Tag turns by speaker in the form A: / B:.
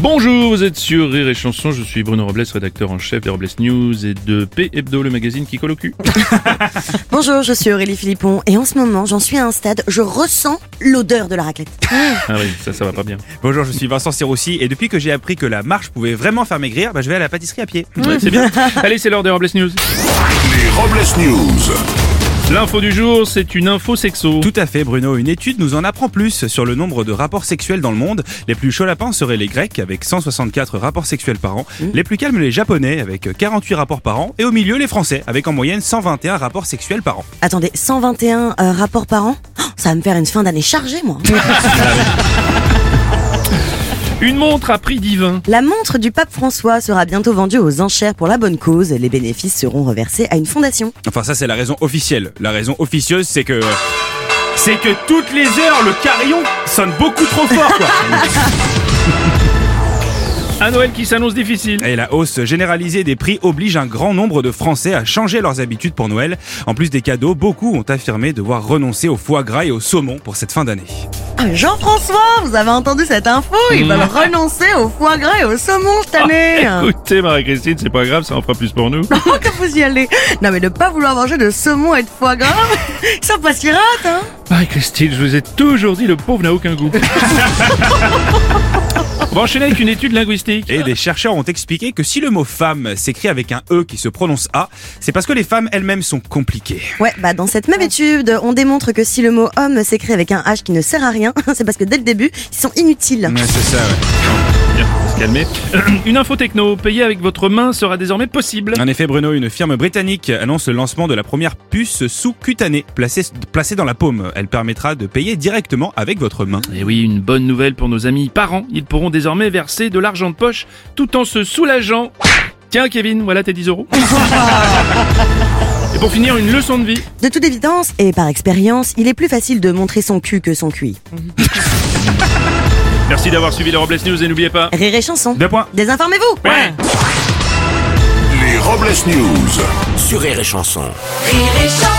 A: Bonjour, vous êtes sur Rire et Chanson, je suis Bruno Robles, rédacteur en chef des Robles News et de P Hebdo, le magazine qui colle au cul.
B: Bonjour, je suis Aurélie Philippon et en ce moment j'en suis à un stade, je ressens l'odeur de la raclette.
A: Ah oui, ça, ça va pas bien.
C: Bonjour, je suis Vincent Sirossi et depuis que j'ai appris que la marche pouvait vraiment faire maigrir, bah, je vais à la pâtisserie à pied.
A: Ouais, c'est bien. Allez, c'est l'heure des Robles News.
D: Les Robles News.
A: L'info du jour, c'est une info sexo.
C: Tout à fait Bruno, une étude nous en apprend plus sur le nombre de rapports sexuels dans le monde. Les plus chauds lapins seraient les Grecs avec 164 rapports sexuels par an, les plus calmes les Japonais avec 48 rapports par an et au milieu les Français avec en moyenne 121 rapports sexuels par an.
B: Attendez, 121 euh, rapports par an Oh, Ça va me faire une fin d'année chargée moi.
A: Une montre à prix divin.
B: La montre du pape François sera bientôt vendue aux enchères pour la bonne cause. Les bénéfices seront reversés à une fondation.
C: Enfin ça c'est la raison officielle. La raison officieuse c'est que... C'est que toutes les heures le carillon sonne beaucoup trop fort quoi
A: Un Noël qui s'annonce difficile.
C: Et la hausse généralisée des prix oblige un grand nombre de Français à changer leurs habitudes pour Noël. En plus des cadeaux, beaucoup ont affirmé devoir renoncer au foie gras et au saumon pour cette fin d'année.
B: Ah, Jean-François, vous avez entendu cette info Ils veulent renoncer au foie gras et au saumon cette année
A: Écoutez, Marie-Christine, c'est pas grave, ça en fera plus pour nous.
B: Comment que vous y allez Non mais ne pas vouloir manger de saumon et de foie gras, ça pas si rate hein
A: Marie-Christine, je vous ai toujours dit, le pauvre n'a aucun goût. On va enchaîner avec une étude linguistique.
C: Et des chercheurs ont expliqué que si le mot femme s'écrit avec un E qui se prononce A, c'est parce que les femmes elles-mêmes sont compliquées.
B: Ouais, bah dans cette même étude, on démontre que si le mot homme s'écrit avec un H qui ne sert à rien, c'est parce que dès le début, ils sont inutiles.
C: Ouais, c'est ça, ouais.
A: Bien, faut se calmer. Une info techno, payer avec votre main sera désormais possible.
C: En effet, Bruno, une firme britannique annonce le lancement de la première puce sous-cutanée placée, placée dans la paume. Elle permettra de payer directement avec votre main.
A: Et Eh oui, une bonne nouvelle pour nos amis parents. Ils pourront désormais verser de l'argent de poche tout en se soulageant. Tiens, Kevin, voilà tes 10 euros. Et pour finir, une leçon de vie.
B: De toute évidence, et par expérience, il est plus facile de montrer son cul que son cuit.
A: Merci d'avoir suivi les Robles News et n'oubliez pas.
B: Rire et chanson.
C: Deux points.
B: Désinformez-vous
D: Les Robles News.
E: Sur Rire et Chanson.
F: Rire et chanson.